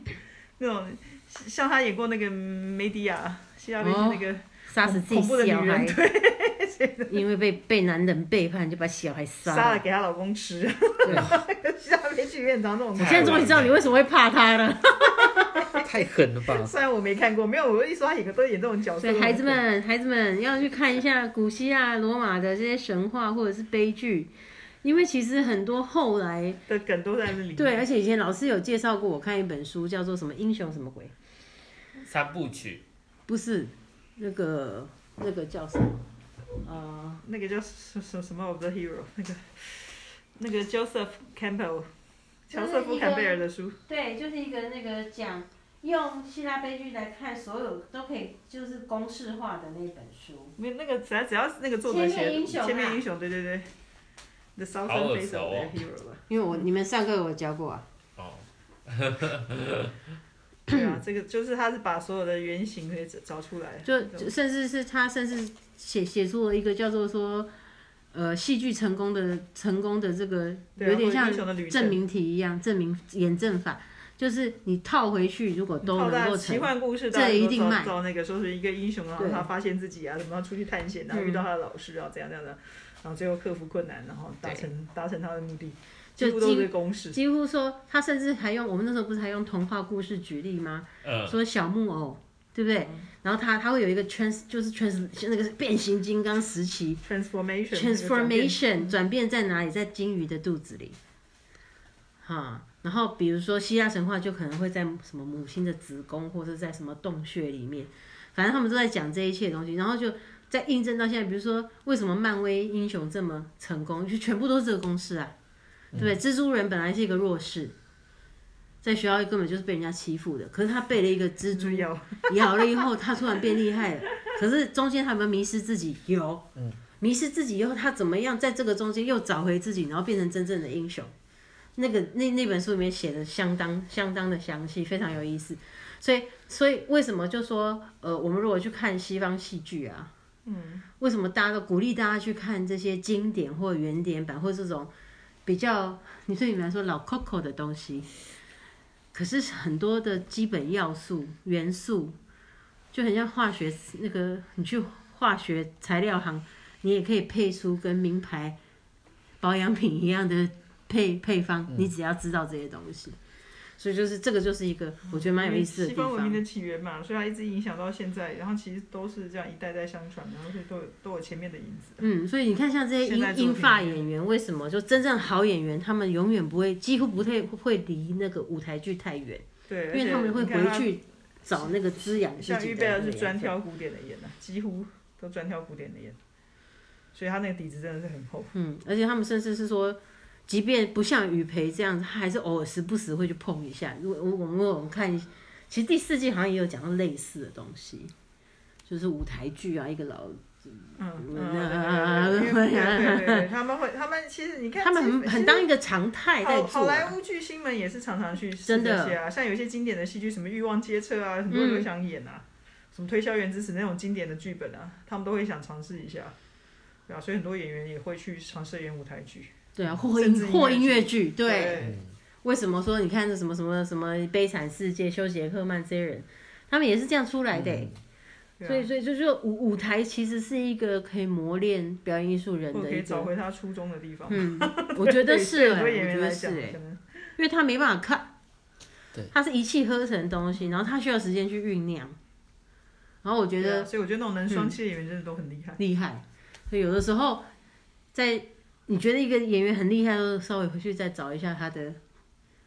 Speaker 2: 那种像他演过那个梅迪亚希腊悲剧那个。
Speaker 1: 哦杀死自己
Speaker 2: 恐怖的女
Speaker 1: 小孩
Speaker 2: 人，
Speaker 1: 因为被被男人背叛，就把小孩杀
Speaker 2: 杀了给她老公吃， 下面去院长那种
Speaker 1: 我。现在终于知道你为什么会怕他了。
Speaker 4: 太狠了吧！
Speaker 2: 虽然我没看过，没有，我一说他演个都演这种角
Speaker 1: 所
Speaker 2: 色
Speaker 1: 以。孩子们，孩子们要去看一下古希腊、罗马的这些神话或者是悲剧，因为其实很多后来
Speaker 2: 的梗都在那里。
Speaker 1: 对，而且以前老师有介绍过，我看一本书叫做什么英雄什么鬼，
Speaker 3: 三部曲，
Speaker 1: 不是那个那个叫什么？呃，
Speaker 2: 那个叫什什什么 of the hero 那个那个 Joseph Campbell，乔瑟夫·坎贝尔的书，
Speaker 1: 对，就是一个那个讲用希腊悲剧来看所有都可以就是公式化的那本书。
Speaker 2: 没有那个只要只要是那个作
Speaker 1: 千
Speaker 2: 者
Speaker 1: 面
Speaker 2: 写
Speaker 1: 英雄啊
Speaker 2: 《千面英雄》，对对对。The Southern
Speaker 3: 好耳
Speaker 2: Face
Speaker 3: 熟
Speaker 2: of
Speaker 3: 哦
Speaker 2: the Hero 吧，
Speaker 1: 因为我你们上课有教过啊，
Speaker 3: 哦，
Speaker 2: 对啊，这个就是他是把所有的原型给找找出来，
Speaker 1: 就
Speaker 2: 这种
Speaker 1: 甚至是他甚至写写出了一个叫做说，呃，戏剧成功的成功的这个
Speaker 2: 对啊
Speaker 1: 有点
Speaker 2: 或者
Speaker 1: 像
Speaker 2: 英雄的旅
Speaker 1: 证
Speaker 2: 程，
Speaker 1: 明题一样，证明验证法，就是你套回去，如果都
Speaker 2: 好
Speaker 1: 能
Speaker 2: 的
Speaker 1: 够
Speaker 2: 奇
Speaker 1: 成，
Speaker 2: 幻故事，
Speaker 1: 这
Speaker 2: 大家
Speaker 1: 一
Speaker 2: 都
Speaker 1: 定
Speaker 2: 找
Speaker 1: 卖
Speaker 2: 找那个说是一个英雄啊，然
Speaker 1: 对
Speaker 2: 后他发现自己啊，怎么样出去探险，然后
Speaker 1: 嗯
Speaker 2: 遇到他的老师啊，怎样怎样的，然后最后克服困难，然后达成达成他的目的，
Speaker 1: 就
Speaker 2: 几乎都
Speaker 1: 几
Speaker 2: 是公式。
Speaker 1: 几乎说他甚至还用我们那时候不是还用童话故事举例吗？
Speaker 3: 嗯，
Speaker 1: 说小木偶，对不对？
Speaker 2: 嗯
Speaker 1: 然后他他会有一个 trans 就是 trans 那个变形金刚时期
Speaker 2: transformation 那个转变
Speaker 1: transformation 转变在哪里？在金鱼的肚子里，哈。然后比如说希腊神话就可能会在什么母亲的子宫，或者在什么洞穴里面，反正他们都在讲这一切东西，然后就在印证到现在。比如说为什么漫威英雄这么成功，就全部都是这个公式啊，对不对？蜘蛛人本来是一个弱势。在学校根本就是被人家欺负的，可是他背了一个蜘蛛
Speaker 2: 就是要
Speaker 1: 咬了以后，他突然变厉害了。可是中间他有没有迷失自己？有，迷失自己以后，他怎么样在这个中间又找回自己，然后变成真正的英雄？那个那那本书里面写的相当相当的详细，非常有意思。所以所以为什么就说呃，我们如果去看西方戏剧啊，嗯，为什么大家都鼓励大家去看这些经典或原点版或这种比较，你对你们来说老 Coco 的东西？可是很多的基本要素、元素，就很像化学那个，你去化学材料行，你也可以配出跟名牌保养品一样的配配方，你只要知道这些东西。所以就是这个就是一个我觉得蛮有意思的
Speaker 2: 西
Speaker 1: 地
Speaker 2: 方文明
Speaker 1: 方。
Speaker 2: 的起源嘛，所以它一直影响到现在，然后其实都是这样一代代相传，然后所以都有都有前面的影子。
Speaker 1: 嗯，所以你看，像这些
Speaker 2: 现在
Speaker 1: 英
Speaker 2: 作品
Speaker 1: 英发演员，为什么就真正好演员，他们永远不会，几乎不太会离那个舞台剧太远，
Speaker 2: 对，
Speaker 1: 因
Speaker 2: 而
Speaker 1: 为
Speaker 2: 且
Speaker 1: 他们会
Speaker 2: 你看
Speaker 1: 回
Speaker 2: 他
Speaker 1: 去找那个滋养自
Speaker 2: 像
Speaker 1: 己
Speaker 2: 预
Speaker 1: 的
Speaker 2: 备
Speaker 1: 那
Speaker 2: 尔
Speaker 1: 个养分。
Speaker 2: 是专挑古典的演的、几乎都专挑古典的演，所以他那个底子真的是很厚。
Speaker 1: 嗯，而且他们甚至是说，即便不像雨培这样子，他还是偶尔时不时会去碰一下。如果我我们我们看一，其实第四季好像也有讲到类似的东西，就是舞台剧啊，一个老
Speaker 2: 嗯
Speaker 1: 嗯
Speaker 2: 嗯，对对对对对对对，他们会，他们其实你看，
Speaker 1: 他们
Speaker 2: 其实
Speaker 1: 很
Speaker 2: 其实
Speaker 1: 很当一个常态在
Speaker 2: 好好
Speaker 1: 做、
Speaker 2: 莱
Speaker 1: 啊。
Speaker 2: 坞巨星们也是常常去试
Speaker 1: 真的
Speaker 2: 这些啊，像有一些经典的戏剧，什么《欲望街车》啊，很多人都想演啊，什么《推销员之死》那种经典的剧本啊，他们都会想尝试一下。对啊，所以很多演员也会去尝试演舞台剧。
Speaker 1: 对啊，或
Speaker 2: 甚
Speaker 1: 音
Speaker 2: 至
Speaker 1: 或
Speaker 2: 音
Speaker 1: 音
Speaker 2: 乐
Speaker 1: 乐剧，对。
Speaker 2: 对，
Speaker 1: 为什么说你看这什么什么什么悲惨世界，休杰克曼这些人，他们也是这样出来的欸、
Speaker 2: 对啊
Speaker 1: 所以所以就是舞舞台其实是一个可以磨练表演艺术人
Speaker 2: 或者
Speaker 1: 的
Speaker 2: 可
Speaker 1: 一
Speaker 2: 以找
Speaker 1: 个，
Speaker 2: 回他初衷的地方。
Speaker 1: 嗯，我觉得
Speaker 2: 对
Speaker 1: 是、欸，
Speaker 2: 对很
Speaker 1: 我
Speaker 2: 多演
Speaker 1: 觉
Speaker 2: 员
Speaker 1: 得
Speaker 2: 来
Speaker 1: 是、
Speaker 2: 讲，
Speaker 1: 欸，
Speaker 2: 可能
Speaker 1: 因为他没办法看，
Speaker 4: 对，
Speaker 1: 他是一气呵成的东西，然后他需要时间去酝酿，然后我觉
Speaker 2: 对啊
Speaker 1: 得
Speaker 2: 所以我觉得那种能双栖的演员真的都很厉害。
Speaker 1: 厉害，所以有的时候在你觉得一个演员很厉害，的时候，稍微回去再找一下他的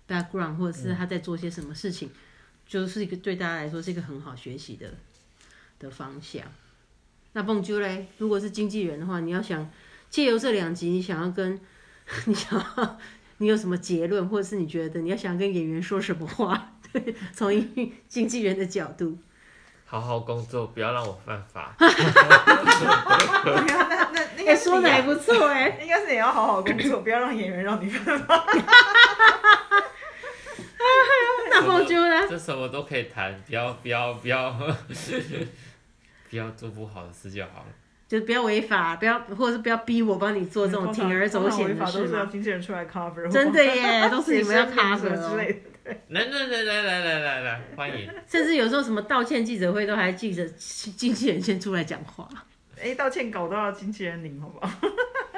Speaker 1: background，或者是他在做些什么事情，就是一个对大家来说是一个很好学习的的方向。那蹦啾嘞，如果是经纪人的话，你要想借由这两集，你想要跟 你想要你有什么结论，或者是你觉得你要想跟演员说什么话？对，从一经纪人的角度，
Speaker 3: 好好工作，不要让我犯法。
Speaker 2: 那那那
Speaker 1: 哎、
Speaker 2: 应该是
Speaker 1: 说的
Speaker 2: 你
Speaker 1: 还
Speaker 2: 啊
Speaker 1: 不错哎、
Speaker 2: 应该是你要好好工作，不要让演员让你。
Speaker 1: 那蹦啾呢？
Speaker 3: 这什么都可以谈，不要不要不要， 不要做不好的事就好了。
Speaker 1: 就是不要违法，不要或者是不要逼我帮你做这种铤而走险
Speaker 2: 嗯通
Speaker 1: 的
Speaker 2: 常
Speaker 1: 事
Speaker 2: 都是要
Speaker 1: 吗？
Speaker 2: 经纪人出来 cover，
Speaker 1: 真 的耶，都
Speaker 2: 都
Speaker 1: 是你们要 cover
Speaker 2: 之
Speaker 1: 哦。
Speaker 2: 类的。
Speaker 3: 来来来来来来来来，欢迎。
Speaker 1: 甚至有时候什么道歉记者会都还记者经纪人先出来讲话，
Speaker 2: 哎，道歉稿都要经纪人领，好 不 好？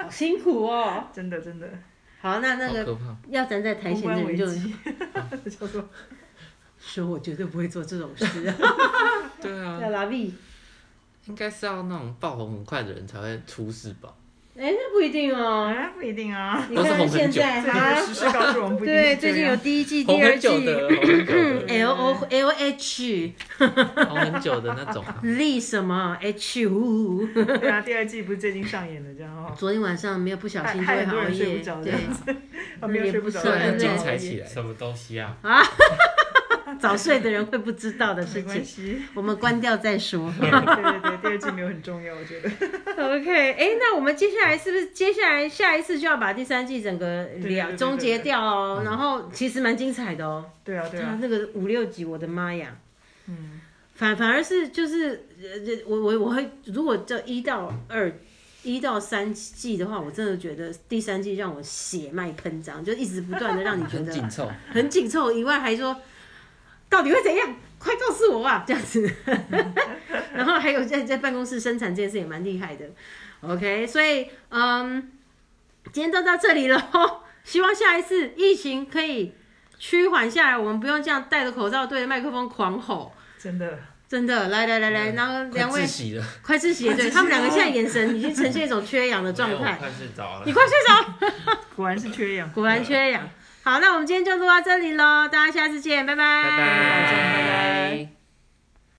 Speaker 1: 好辛苦哦。
Speaker 2: 真的真的，
Speaker 1: 好，那那
Speaker 4: 好
Speaker 1: 个
Speaker 4: 可怕。
Speaker 1: 要站在台
Speaker 2: 公
Speaker 1: 前的人
Speaker 2: 关危
Speaker 1: 就
Speaker 2: 机， 叫做
Speaker 1: 说我绝对不会做这 种事。啊
Speaker 4: 对啊，
Speaker 1: 要拉 V，
Speaker 4: 应该是要那种爆红很快的人才会出事吧？
Speaker 1: 哎，那不一定哦。
Speaker 2: 啊，不一定啊。
Speaker 1: 你
Speaker 4: 都是
Speaker 1: 看
Speaker 4: 红很
Speaker 1: 现
Speaker 4: 久
Speaker 1: 在
Speaker 2: 最近的
Speaker 1: 哈，
Speaker 2: 时事告诉我们，不一定
Speaker 1: 哎对，
Speaker 2: 是
Speaker 1: 最
Speaker 2: 这
Speaker 1: 近有
Speaker 2: 样。
Speaker 1: 第一季、
Speaker 4: 红
Speaker 1: 第二
Speaker 4: 很久
Speaker 1: 季
Speaker 4: 的，红很久的，
Speaker 1: ，L O L H
Speaker 4: 红很久的 那种啊。
Speaker 1: 立 E 什么 H 五。
Speaker 2: 对啊，第二季不是最近上演的这样哦，
Speaker 1: 昨天晚上没有不小心就
Speaker 2: 害
Speaker 1: 会
Speaker 2: 害很多
Speaker 1: 熬
Speaker 2: 人睡
Speaker 1: 夜，
Speaker 2: 不着
Speaker 1: 对
Speaker 2: 这，样子，
Speaker 1: 嗯
Speaker 2: 啊没有睡不着，哦
Speaker 1: 对
Speaker 4: 突
Speaker 1: 对
Speaker 4: 然精彩起来，
Speaker 3: 什么东西啊？
Speaker 1: 早睡的人会不知道的
Speaker 2: 没
Speaker 1: 事情，
Speaker 2: 关系。
Speaker 1: 我们关掉再说。
Speaker 2: 对对对，第二季没有很重要，我觉得。
Speaker 1: OK，哎、那我们接下来是不是接下来下一次就要把第三季整个
Speaker 2: 对对
Speaker 1: 了
Speaker 2: 对
Speaker 1: 终结掉哦？然后其实蛮精彩的哦，
Speaker 2: 对啊 对
Speaker 1: 它
Speaker 2: 啊，
Speaker 1: 那个五六集，我的妈呀！
Speaker 2: 嗯，
Speaker 1: 反反而是就是呃，我我我会如果这一到二。一到三季的话，我真的觉得第三季让我血脉喷张，就一直不断的让你觉
Speaker 4: 很
Speaker 1: 得
Speaker 4: 紧凑，
Speaker 1: 很紧凑以外，还说到底会怎样？快告诉我啊！这样子， 然后还有在在办公室生产这件事也蛮厉害的。OK，所以嗯，今天就到这里了， 希望下一次疫情可以趋缓下来，我们不用这样戴着口罩对着麦克风狂吼。
Speaker 2: 真的。
Speaker 1: 真的，来来来来，然后
Speaker 4: 嗯快
Speaker 1: 两位
Speaker 4: 窒息了。
Speaker 1: 快窒息，对他们两个现在眼神已经呈现一种缺氧的状
Speaker 3: 哎没有我
Speaker 1: 态。
Speaker 3: 快睡着了
Speaker 1: 你。快睡着，
Speaker 2: 果然是缺氧。
Speaker 1: 果然缺氧。好，那我们今天就录到这里喽，大家下次见，拜
Speaker 3: 拜拜
Speaker 2: 保重，拜拜。